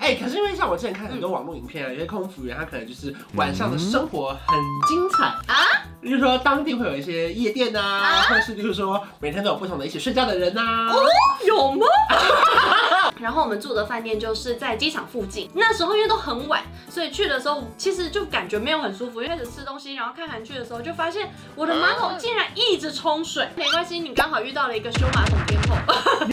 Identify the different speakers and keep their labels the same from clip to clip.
Speaker 1: 哎、可是因为像我之前看很多网络影片啊，有些空服员他可能就是晚上的生活很精彩啊，例如说当地会有一些夜店啊，或是例如说每天都有不同的一起睡觉的人啊，
Speaker 2: 有吗？ 然后我们住的饭店就是在机场附近，那时候因为都很晚，所以去的时候其实就感觉没有很舒服。因为开始吃东西，然后看韩剧的时候，就发现我的马桶竟然一直冲水。没关系，你刚好遇到了一个修马桶天后。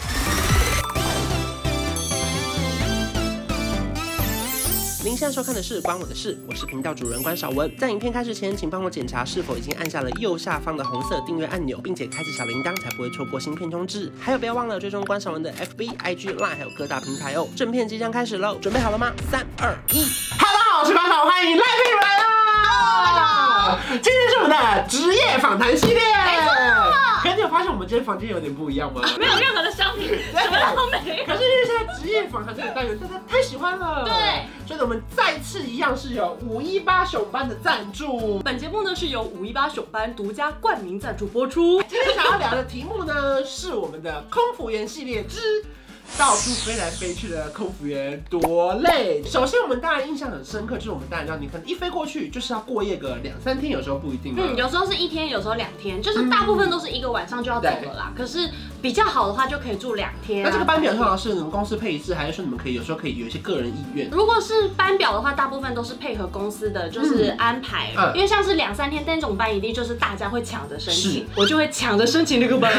Speaker 1: 您现在收看的是《关我的事》，我是频道主人关少文。在影片开始前，请帮我检查是否已经按下了右下方的红色订阅按钮，并且开启小铃铛，才不会错过新片通知。还有，不要忘了追踪关少文的 FB、IG、Line，还有各大平台哦。正片即将开始喽，准备好了吗？三、二、一，Hello，我是关少文，欢迎赖佩如来啦！今天是我们的职业访谈系列，哦没错。可是你有发现我们今天房间有点不一样吗？
Speaker 2: 没有任何的商品，什么都没有。
Speaker 1: 可是因为现在职业访谈这个单元，大家太喜欢了。
Speaker 2: 对，
Speaker 1: 所以我们再次一样是有五一八熊班的赞助。
Speaker 2: 本节目呢是由五一八熊班独家冠名赞助播出。
Speaker 1: 今天想要聊的题目呢，是我们的空服员系列之。到处飞来飞去的空服员多累。首先，我们当然印象很深刻，就是我们当然知道，你可能一飞过去就是要过夜个两三天，有时候不一定嘛。
Speaker 2: 嗯，有时候是一天，有时候两天，就是大部分都是一个晚上就要走了啦。可是比较好的话，就可以住两天、啊。
Speaker 1: 那这个班表通常是你们公司配置，还是说你们可以有时候可以有一些个人意愿？
Speaker 2: 如果是班表的话，大部分都是配合公司的就是安排，
Speaker 1: 嗯
Speaker 2: 因为像是两三天那种班，一定就是大家会抢着申
Speaker 1: 是
Speaker 2: 请，我就会抢着申请那个班，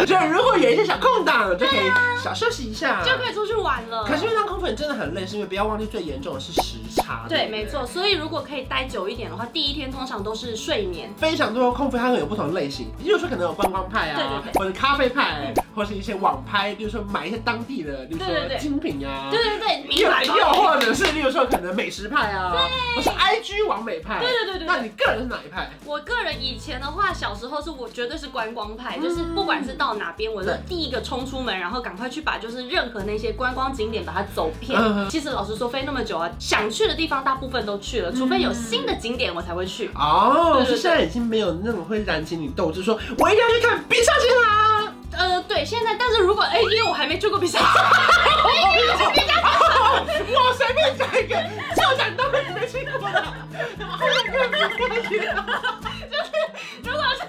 Speaker 2: 嗯
Speaker 1: 就如果有一些小空档，就可以小休息一下。
Speaker 2: 就可以出去玩了。
Speaker 1: 可是因为当空服员真的很累，是因为不要忘记最严重的是时差。
Speaker 2: 对，
Speaker 1: 不
Speaker 2: 没。错，所以如果可以待久一点的话，第一天通常都是睡眠。
Speaker 1: 非常多空服员它会有不同的类型，比如说可能有观光派啊，
Speaker 2: 对对嗯
Speaker 1: 或者咖啡派，或是一些网拍，比如说买一些当地的，比如
Speaker 2: 对对
Speaker 1: 说
Speaker 2: 对
Speaker 1: 精品啊，
Speaker 2: 对对对，你
Speaker 1: 又
Speaker 2: 买
Speaker 1: 又或者是例如说可能美食派啊，或是 IG 网美派。
Speaker 2: 对对对对
Speaker 1: 那
Speaker 2: 对。
Speaker 1: 你个人是哪一派？
Speaker 2: 我个人以前的话，小时候是我绝对是观光派，就是不管是到哪边，我是
Speaker 1: 嗯对
Speaker 2: 第一个冲出门，然后赶快去把就是任何那些观光景点把它走遍
Speaker 1: 嗯。
Speaker 2: 其实老实说，飞那么久啊，想去的地方大部分都去了，除非有新的景点我才会去。
Speaker 1: 哦，
Speaker 2: 对
Speaker 1: 是
Speaker 2: 对对
Speaker 1: 现在已经没有那种会燃起你斗志，说我一定要去看冰上去啦。
Speaker 2: 呃，对，现在但是如果哎，因为我还没去过比萨，
Speaker 1: 哦我随便讲一个，就讲都你没去过 的，这个更不去了。
Speaker 2: 如果是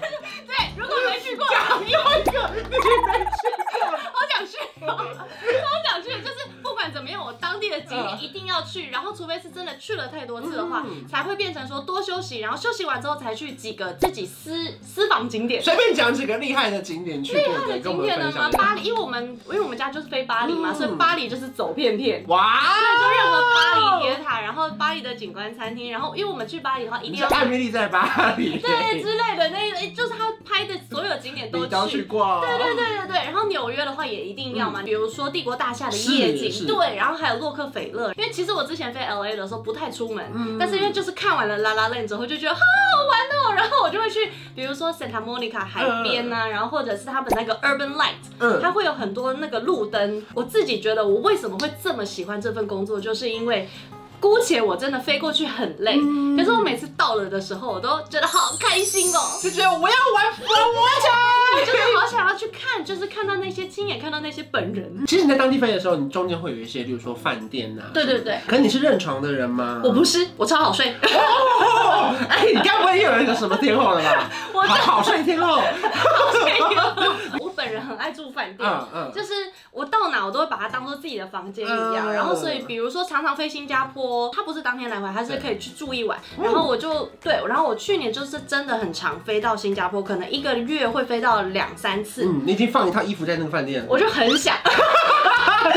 Speaker 2: 对，如果没去过，
Speaker 1: 讲多一个，你没去过。
Speaker 2: 好想去哦，好想去，就是不管怎么样，我当地的景点一定要去，然后除非是真的去了太多次的话，
Speaker 1: 嗯
Speaker 2: 才会变成说多休息，然后休息完之后才去几个自己私私房景点。
Speaker 1: 随便讲几个厉害的景点去
Speaker 2: 厉
Speaker 1: 过
Speaker 2: 害
Speaker 1: 的，
Speaker 2: 的
Speaker 1: 跟我们
Speaker 2: 景点呢
Speaker 1: 分
Speaker 2: 吗
Speaker 1: 享？一
Speaker 2: 巴
Speaker 1: 下。
Speaker 2: 黎，因为我们因为我们家就是飞巴黎嘛，
Speaker 1: 嗯
Speaker 2: 所以巴黎就是走遍遍。
Speaker 1: 哇！
Speaker 2: 就任何巴黎铁塔，然后巴黎的景观餐厅，然后因为我们去巴黎的话，一
Speaker 1: 你
Speaker 2: 定
Speaker 1: 是
Speaker 2: 要
Speaker 1: 艾米丽在巴黎，
Speaker 2: 对之类的那一，就是他拍的所有景点
Speaker 1: 你
Speaker 2: 都
Speaker 1: 都去过，
Speaker 2: 对对对对对，然后纽约的话也一定要嘛，比如说帝国大厦的夜
Speaker 1: 是是
Speaker 2: 景，对，然后还有洛克菲勒，因为其实我之前飞 L A 的时候不太出门，但是因为就是看完了《拉拉链》之后就觉得好好玩哦， 然后我就会去，比如说 Santa Monica 海边呐、然后或者是他们那个 Urban Light，
Speaker 1: 嗯，
Speaker 2: 嗯它会有很多那个路灯。我自己觉得我为什么会这么喜欢这份工作，就是因为。姑且我真的飞过去很累，可是我每次到了的时候，我都觉得好开心哦、
Speaker 1: 就觉得我要玩佛魔
Speaker 2: 啊
Speaker 1: 城。
Speaker 2: 就是好想要去看，就是看到那些亲眼看到那些本人。
Speaker 1: 其实你在当地飞的时候，你中间会有一些，例如说饭店呐，
Speaker 2: 对对对，
Speaker 1: 可是你是认床的人吗？
Speaker 2: 我不是，我超好 睡，
Speaker 1: 哦，哎，你该不会又有一个什么天后了吧？
Speaker 2: 我
Speaker 1: 好
Speaker 2: 真
Speaker 1: 好睡天 后，
Speaker 2: 的，我本人很爱住饭店。
Speaker 1: 嗯嗯，
Speaker 2: 就是我到哪，我都会把它当做自己的房间一样。
Speaker 1: 嗯
Speaker 2: 然后，所以比如说常常飞新加坡，它不是当天来回，它是可以去住一晚。
Speaker 1: 嗯
Speaker 2: 然后我就对，然后我去年就是真的很常飞到新加坡，可能一个月会飞到两三次，
Speaker 1: 嗯，你已经放一套衣服在那个饭店了。
Speaker 2: 我就很想， 很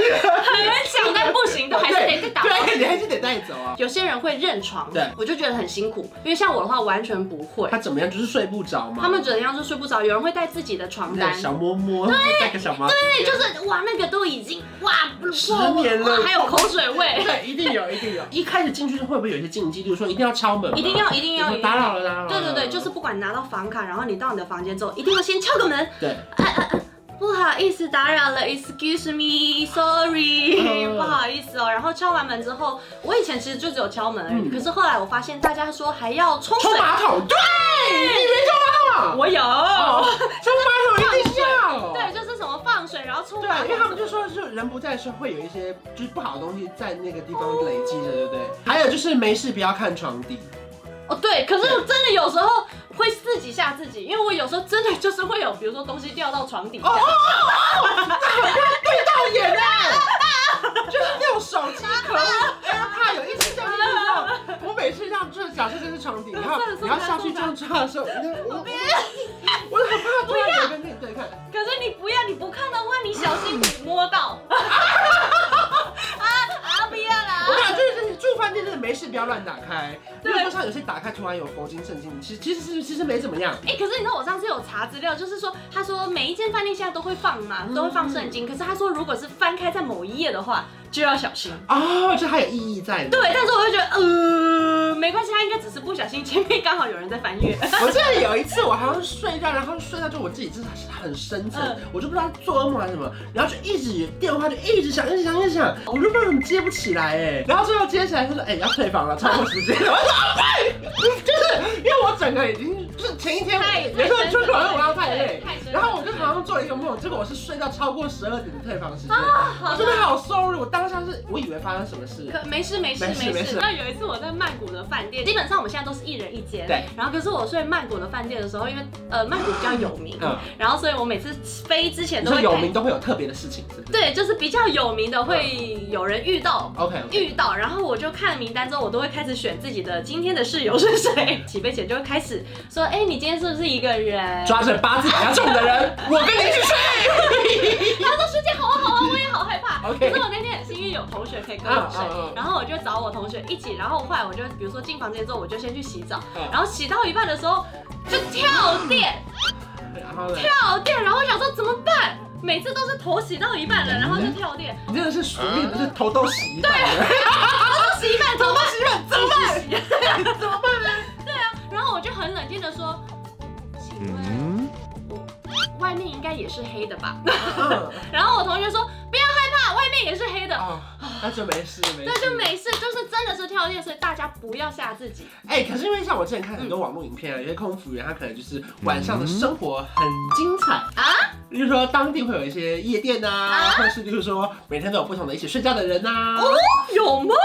Speaker 2: 想，但不行，都还是得去打包
Speaker 1: 对，你还是得带走啊。
Speaker 2: 有些人会认床，
Speaker 1: 对
Speaker 2: 我就觉得很辛苦，因为像我的话完全不会。
Speaker 1: 他怎么样？就是睡不着嘛。
Speaker 2: 他们怎样就睡不着，有人会带自己的床单
Speaker 1: 对，小摸摸，带个小毛巾，
Speaker 2: 对，就是哇，那个都已经哇，
Speaker 1: 十年了
Speaker 2: 哇还有口水 味，
Speaker 1: 对，一定有，一定有。一开始进去会不会有一些禁忌？就是说一定要敲门吗，
Speaker 2: 一定要，一定要，
Speaker 1: 你说
Speaker 2: 一定
Speaker 1: 打
Speaker 2: 要。
Speaker 1: 扰了，打扰了。
Speaker 2: 对对对，就是不管拿到房卡，然后你到你的房间之后，一定要先敲个门，
Speaker 1: 对。
Speaker 2: 不好意思打扰了，Excuse me，Sorry，、
Speaker 1: 嗯
Speaker 2: 不好意思哦。然后敲完门之后，我以前其实就只有敲门而已，
Speaker 1: 嗯
Speaker 2: 可是后来我发现大家说还要冲水
Speaker 1: 冲，啊马桶，对，你没冲马桶，啊
Speaker 2: 我有。
Speaker 1: 哦，冲马桶一定要。
Speaker 2: 对，就是什么放上水，然后冲
Speaker 1: 对啊，
Speaker 2: 马桶
Speaker 1: 因为他们就说，就人不在的时候会有一些就是不好的东西在那个地方累积着，对不对？还有就是没事不要看床底，
Speaker 2: 哦，对，可是我真的有时候会自己吓自己，因为我有时候真的就是会有，比如说东西掉到床底下，
Speaker 1: 哦到眼哎，就是那种手机壳 AirPod 有一只掉在地上，我每次这样就是假设这是床底，然后你要下去这样抓的时候，我就我我我很怕突然有跟你对看，
Speaker 2: 可是你不要，你不看的话，你小心你摸到。啊啊！不要
Speaker 1: 我
Speaker 2: 啦！
Speaker 1: 感觉就是住饭店真的没事不要乱打开，因
Speaker 2: 对
Speaker 1: 为桌上有些打开突然有佛经圣经，其实其实是其实没怎么样。
Speaker 2: 哎、可是你知道我上次有查资料，就是说，他说每一间饭店现在都会放嘛，
Speaker 1: 嗯
Speaker 2: 都会放圣经。可是他说，如果是翻开在某一页的话，就要小心。
Speaker 1: 哦，这还有意义在的。
Speaker 2: 对，但是我就觉得，呃，没关系，他应该只是不小心前面刚好有人在翻阅。
Speaker 1: 我记得有一次我好像睡觉，然后睡到就我自己真的是很深沉，
Speaker 2: 嗯
Speaker 1: 我就不知道做噩梦还是什么，然后就一直电话就一直响，一直响，一直响，
Speaker 2: 哦
Speaker 1: 我就不知道怎么接不起来哎，然后最后接起来他说哎、要退房了，超过时 间了，我说啊对，就是因为我整个已经就是前一天
Speaker 2: 太
Speaker 1: 有时候出去玩我要太累
Speaker 2: 对太深沉，
Speaker 1: 然后我就好像做了一个梦，结果我是睡到超过十二点的退房时间，
Speaker 2: 啊好
Speaker 1: 我真的好 sorry，我当下是我以为发生什么事，
Speaker 2: 可没事没事
Speaker 1: 没事没事
Speaker 2: 那有一次我在曼谷的饭店，基本上我们现在都是一人一间。
Speaker 1: 对。
Speaker 2: 然后可是我睡曼谷的饭店的时候，因为呃曼谷比较有名，
Speaker 1: 嗯
Speaker 2: 然后所以我每次飞之前
Speaker 1: 你
Speaker 2: 都
Speaker 1: 说
Speaker 2: 会
Speaker 1: 有
Speaker 2: 看
Speaker 1: 名都会有特别的事情是不是？
Speaker 2: 对，就是比较有名的会有人遇到。
Speaker 1: ，OK OK。
Speaker 2: 遇到，然后我就看名单之后，我都会开始选自己的今天的室友是谁。起飞前就会开始说，哎、你今天是不是一个人？
Speaker 1: 抓着八字比较重的人，我跟你去睡。
Speaker 2: 他说师姐好啊好啊，我也好害怕。
Speaker 1: OK
Speaker 2: 可是我那天很幸运有同学可以跟我睡
Speaker 1: 嗯嗯嗯，
Speaker 2: 然后我就找我同学一起，然后后来我就比如说进房间之后，我就先去洗澡
Speaker 1: 嗯，
Speaker 2: 然后洗到一半的时候就跳电，
Speaker 1: 然后呢？
Speaker 2: 跳电，然后我想说怎么办？每次都是头洗到一半了，然后就跳电，
Speaker 1: 你真的是熟练，不是头都洗一半了。
Speaker 2: 头啊洗一半，头发
Speaker 1: 洗碗怎么办？
Speaker 2: 洗， 怎么办呢？对啊，然后我就很冷静的说，请问外面应该也是黑的吧？
Speaker 1: 嗯，
Speaker 2: 然后我同学说不要害怕，外面也是黑的。
Speaker 1: 啊，那就没事没事。
Speaker 2: 对，就。没事，就是真的是跳电，所以大家不要吓自己。
Speaker 1: 哎，可是因为像我之前看很多网络影片啊，有些空服员他可能就是晚上的生活很精彩啊，例如说当地会有一些夜店啊，或是例如说每天都有不同的一起睡觉的人呐。
Speaker 2: 有吗？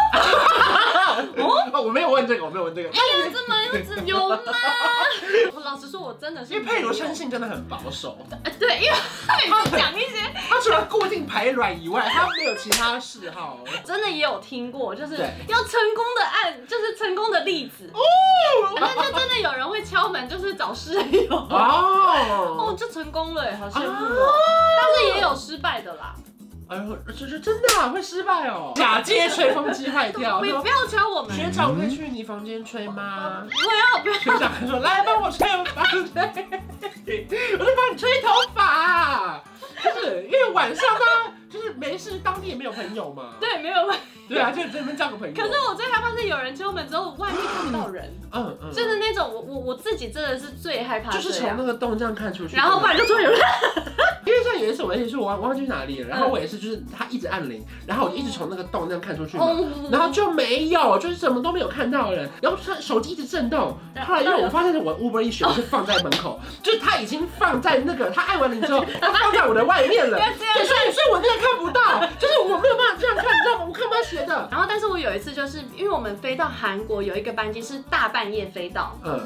Speaker 1: 哦，我没有问这个，我没有问这个。
Speaker 2: 哎呀，这么样子有吗？ 我老实说，我真的是
Speaker 1: 因为佩如生性真的很保守，
Speaker 2: 哎对，因为他每次讲一些
Speaker 1: 她除了固定排卵以外，她没有其他嗜好。
Speaker 2: 真的也有听过，就是
Speaker 1: 对
Speaker 2: 要成功的案，就是成功的例子。
Speaker 1: 哦
Speaker 2: 那就真的有人会敲门，就是找室友。
Speaker 1: 哦
Speaker 2: 哦，，就成功了耶，好羡慕
Speaker 1: 啊
Speaker 2: 哦！但是也有失败的啦，
Speaker 1: 哎呦，这这真的、啊、会失败哦！假借吹风机坏 掉，
Speaker 2: 不
Speaker 1: 说
Speaker 2: 不要敲我们，
Speaker 1: 学长会去你房间吹吗？
Speaker 2: 不要不要。
Speaker 1: 学长还说来帮我吹，我帮你吹，我在帮你吹头发，就是因为晚上呢，就是没事，当地也没有朋友嘛。
Speaker 2: 对，没有问题。
Speaker 1: 对啊，就这边交个朋友。
Speaker 2: 可是我最害怕是有人敲门之后，外面看不到人，
Speaker 1: 嗯嗯，
Speaker 2: 就是那种我我我自己真的是最害怕这
Speaker 1: 就
Speaker 2: 样。
Speaker 1: 是从那个洞这样看出去，
Speaker 2: 然后不然就突 然有人。
Speaker 1: 因为像有一次我也是我忘我忘记哪里了，
Speaker 2: 嗯
Speaker 1: 然后我也是就是他一直按铃，然后我就一直从那个洞这样看出
Speaker 2: 哦
Speaker 1: 去嘛， 然后就没有，就是什么都没有看到人，然后他手机一直震动。后来因为我发现我 Uber 一选是放在门 口，就是他已经放在那个他按完铃之后，他放在我的外面了
Speaker 2: 不要，这样
Speaker 1: 对，所以所以我那个看不到，就是我没有办法这样看，你知道吗？我看不到斜 的。
Speaker 2: 然后，但是我有一次就是因为我们飞到韩国，有一个班机是大半夜飞到，
Speaker 1: 嗯，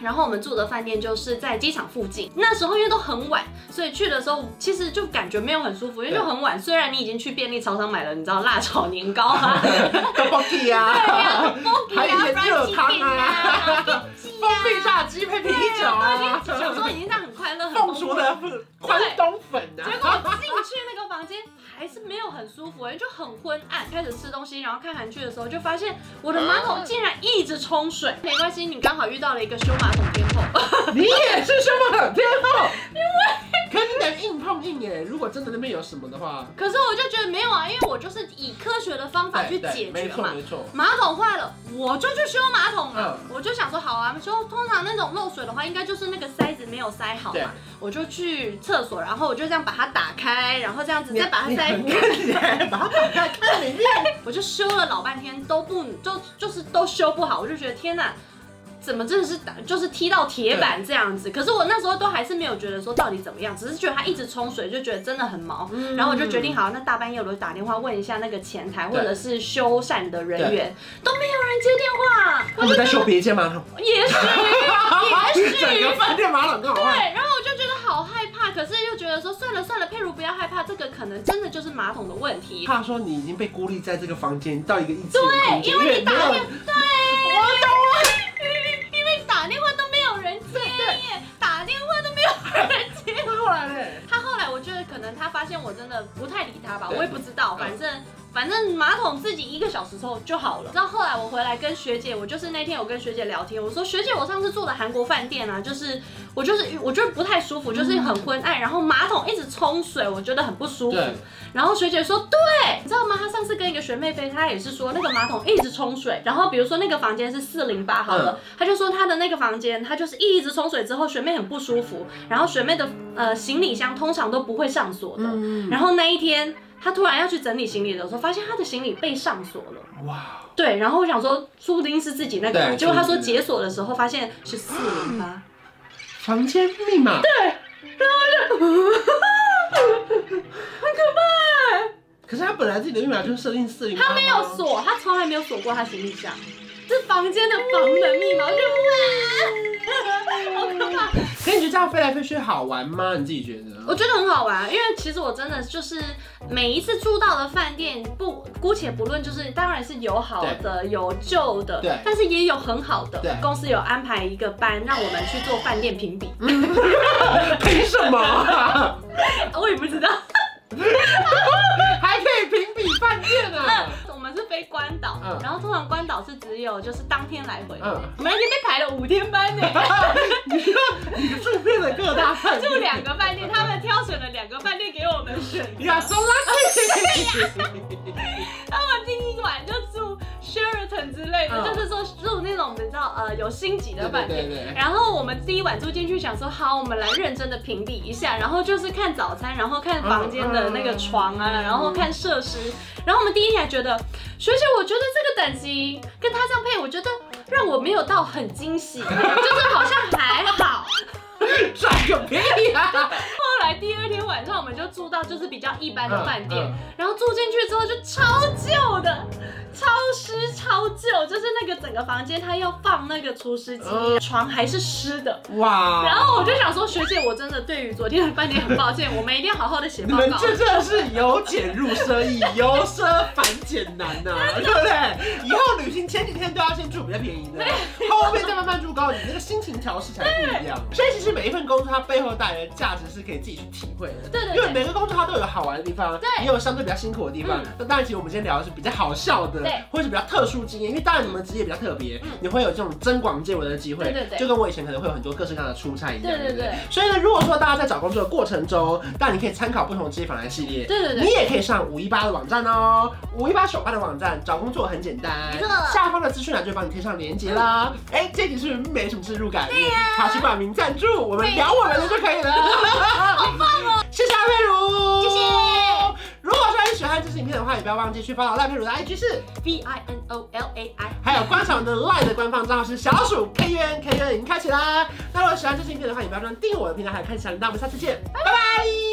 Speaker 2: 然后我们住的饭店就是在机场附近。那时候因为都很晚，所以去的时候其实就感觉没有很舒服，因为就很晚。虽然你已经去便利超商买了，你知道辣炒年糕啊，
Speaker 1: 豆包鸡
Speaker 2: 对 呀
Speaker 1: 啊，
Speaker 2: bulgogi
Speaker 1: 还有一些热汤
Speaker 2: 啊，
Speaker 1: 啊
Speaker 2: fried chicken 啊，
Speaker 1: 风味炸鸡配啤酒啊，
Speaker 2: 对想说已经这样很快乐，很
Speaker 1: 放
Speaker 2: 丰
Speaker 1: 出
Speaker 2: 富
Speaker 1: 的 宽东粉啊，
Speaker 2: 结果进去那个房间还是没有很舒服、哎，就很昏暗。开始吃东西，然后看韩剧的时候，就发现我
Speaker 1: 嗯
Speaker 2: 的马桶竟然一直冲水。没关系，你刚好遇到了一个修马桶天后，
Speaker 1: 你也是什么天后？因为可是你得硬碰硬耶，如果真的那边有什么的话，
Speaker 2: 可是我就觉得没有啊，因为我就是以科学的方法去解
Speaker 1: 没
Speaker 2: 决
Speaker 1: 错
Speaker 2: 嘛。
Speaker 1: 没错。
Speaker 2: 马桶坏了，我就去修马桶嘛。
Speaker 1: 嗯
Speaker 2: 我就想说，好啊，修。通常那种漏水的话，应该就是那个塞子没有塞好
Speaker 1: 对
Speaker 2: 嘛。我就去厕所，然后我就这样把它打开，然后这样子再把它
Speaker 1: 你
Speaker 2: 塞
Speaker 1: 很。看起来把它打开看里面，
Speaker 2: 我就修了老半天都不就就是都修不好，我就觉得天哪，怎么真的是打就是踢到铁板这样子。可是我那时候都还是没有觉得说到底怎么样，只是觉得它一直冲水，就觉得真的很毛。然后我就决定好，那大半夜我就打电话问一下那个前台或
Speaker 1: 对
Speaker 2: 者是修缮的人员，都没有人接电话，
Speaker 1: 他们在修别间马桶，
Speaker 2: 也许 也许
Speaker 1: 整个饭店马桶都好坏。
Speaker 2: 对，然后我就觉得好害怕，可是又觉得说算了算了，佩如不要害怕，这个可能真的就是马桶的问题。
Speaker 1: 怕说你已经被孤立在这个房间，到一个一次
Speaker 2: 对，因为你打
Speaker 1: 没有
Speaker 2: 电对，我懂了， 因为打电话都没有人接耶，打电话都没有人接。
Speaker 1: 那后来嘞，
Speaker 2: 他后来我觉得可能他发现我真的不太理他吧，
Speaker 1: 对
Speaker 2: 我也不知道，
Speaker 1: 嗯
Speaker 2: 反正。反正马桶自己一个小时之后就好了。然后后来我回来跟学姐，我就是那天我跟学姐聊天，我说学姐，我上次住的韩国饭店啊，就是我就是我觉得不太舒服，
Speaker 1: 嗯
Speaker 2: 就是很昏暗，然后马桶一直冲水，我觉得很不舒服。
Speaker 1: 对，嗯
Speaker 2: 然后学姐说，对，你知道吗？她上次跟一个学妹飞，她也是说那个马桶一直冲水，然后比如说那个房间是四零八
Speaker 1: 嗯
Speaker 2: 好了，她就说她的那个房间，她就是一直冲水之后，学妹很不舒服，然后学妹的呃行李箱通常都不会上锁的，然后那一天。她突然要去整理行李的时候，发现她的行李被上锁了。
Speaker 1: 哇，
Speaker 2: 对，然后我想说，说不定是自己那个，
Speaker 1: 对
Speaker 2: 结果她说
Speaker 1: 说不定
Speaker 2: 解锁的时候发现是四零八。
Speaker 1: 房间密码，对，然后就很可怕。可是他本来自己的密码就设定四零，
Speaker 2: 他没有，锁，他从来没有锁过他行李箱，是房间的房门密码，我就哇，好可怕。
Speaker 1: 可你觉得这样飞来飞去好玩吗？你自己觉得？
Speaker 2: 我觉得很好玩，因为其实我真的就是每一次住到的饭店，不姑且不论，就是当然是有好的，有旧的，
Speaker 1: 对
Speaker 2: 但是也有很好的
Speaker 1: 对。
Speaker 2: 公司有安排一个班让我们去做饭店评比，
Speaker 1: 嗯凭什么啊？
Speaker 2: 我也不知道。
Speaker 1: 还可以评比饭店啊？
Speaker 2: 我们是飞关岛，
Speaker 1: 嗯
Speaker 2: 然后通常关岛是只有就是当天来回，
Speaker 1: 嗯
Speaker 2: 我们那天被排了五 天班呢。
Speaker 1: 你说你住遍了各大饭店，
Speaker 2: 住两个饭店，他们挑选了两个饭店给我们 选择。
Speaker 1: 你 so lucky。
Speaker 2: 他们第一晚就住 Sheraton 之类的，
Speaker 1: 嗯
Speaker 2: 就是说住那种你知道呃有星级的饭店。
Speaker 1: 对对对对
Speaker 2: 然后我们第一晚住进去，想说好，我们来认真的评比一下，然后就是看早餐，然后看
Speaker 1: 嗯
Speaker 2: 房间的那个床啊，然后看设施。然后我们第一天还觉得，学姐，我觉得这个等级跟他这样配，我觉得让我没有到很惊喜，就是好像还好。
Speaker 1: 赚个屁啊！
Speaker 2: 后来第二天晚上，我们就住到就是比较一般的饭店，
Speaker 1: 嗯嗯
Speaker 2: 然后住进去之后就超旧的，超湿超旧，就是那个整个房间它要放那个除湿机，
Speaker 1: 嗯
Speaker 2: 床还是湿的。
Speaker 1: 哇！
Speaker 2: 然后我就想说，学姐，我真的对于昨天的饭店很抱歉，我们一定要好好的写
Speaker 1: 你
Speaker 2: 报
Speaker 1: 们
Speaker 2: 告。
Speaker 1: 这真的是由俭入奢易，由奢反俭难呐、对不对？以后旅行前几天都要先住比较便宜的， 后面再慢慢住高级，那个心情调试才不一样。所以其实每一份工作它背后带来的价值是可以自己去体会的。
Speaker 2: 对对对
Speaker 1: 因为每个工作它都有好玩的地方，
Speaker 2: 对
Speaker 1: 也有相对比较辛苦的地方
Speaker 2: 嗯。
Speaker 1: 那当然，其实我们今天聊的是比较好笑的，
Speaker 2: 对
Speaker 1: 或者是比较特殊经验，因为当然你们职业比较特别
Speaker 2: 嗯，
Speaker 1: 你会有这种增广见闻的机会。
Speaker 2: 对对对
Speaker 1: 就跟我以前可能会有很多各式各样的出差一样。
Speaker 2: 对对
Speaker 1: 不
Speaker 2: 对
Speaker 1: 所以呢，如果说大家在找工作的过程中，当然你可以参考不同的职业访谈系列。
Speaker 2: 对对对
Speaker 1: 你也可以上五一八的网站哦，五一八手办的网站，找工作很简单
Speaker 2: 没错，嗯
Speaker 1: 下方的资讯栏就会帮你贴上链接啦。哎，这集是不是没什么置入感，对呀，跑去报名赞助，我们聊我们的就可以 了。好棒哦！谢谢阿佩如，
Speaker 2: 谢谢。
Speaker 1: 如果说你喜欢这支影片的话，也不要忘记去 follow 赖佩如的 IG 是，
Speaker 2: V I N O L A I。
Speaker 1: 还有观赏我们的 LINE 的官方账号是小鼠 K U N K U N 已经开启啦。那如果喜欢这支影片的话，也不要忘记订阅我的频道，还有开启小铃铛。我们下次见，拜拜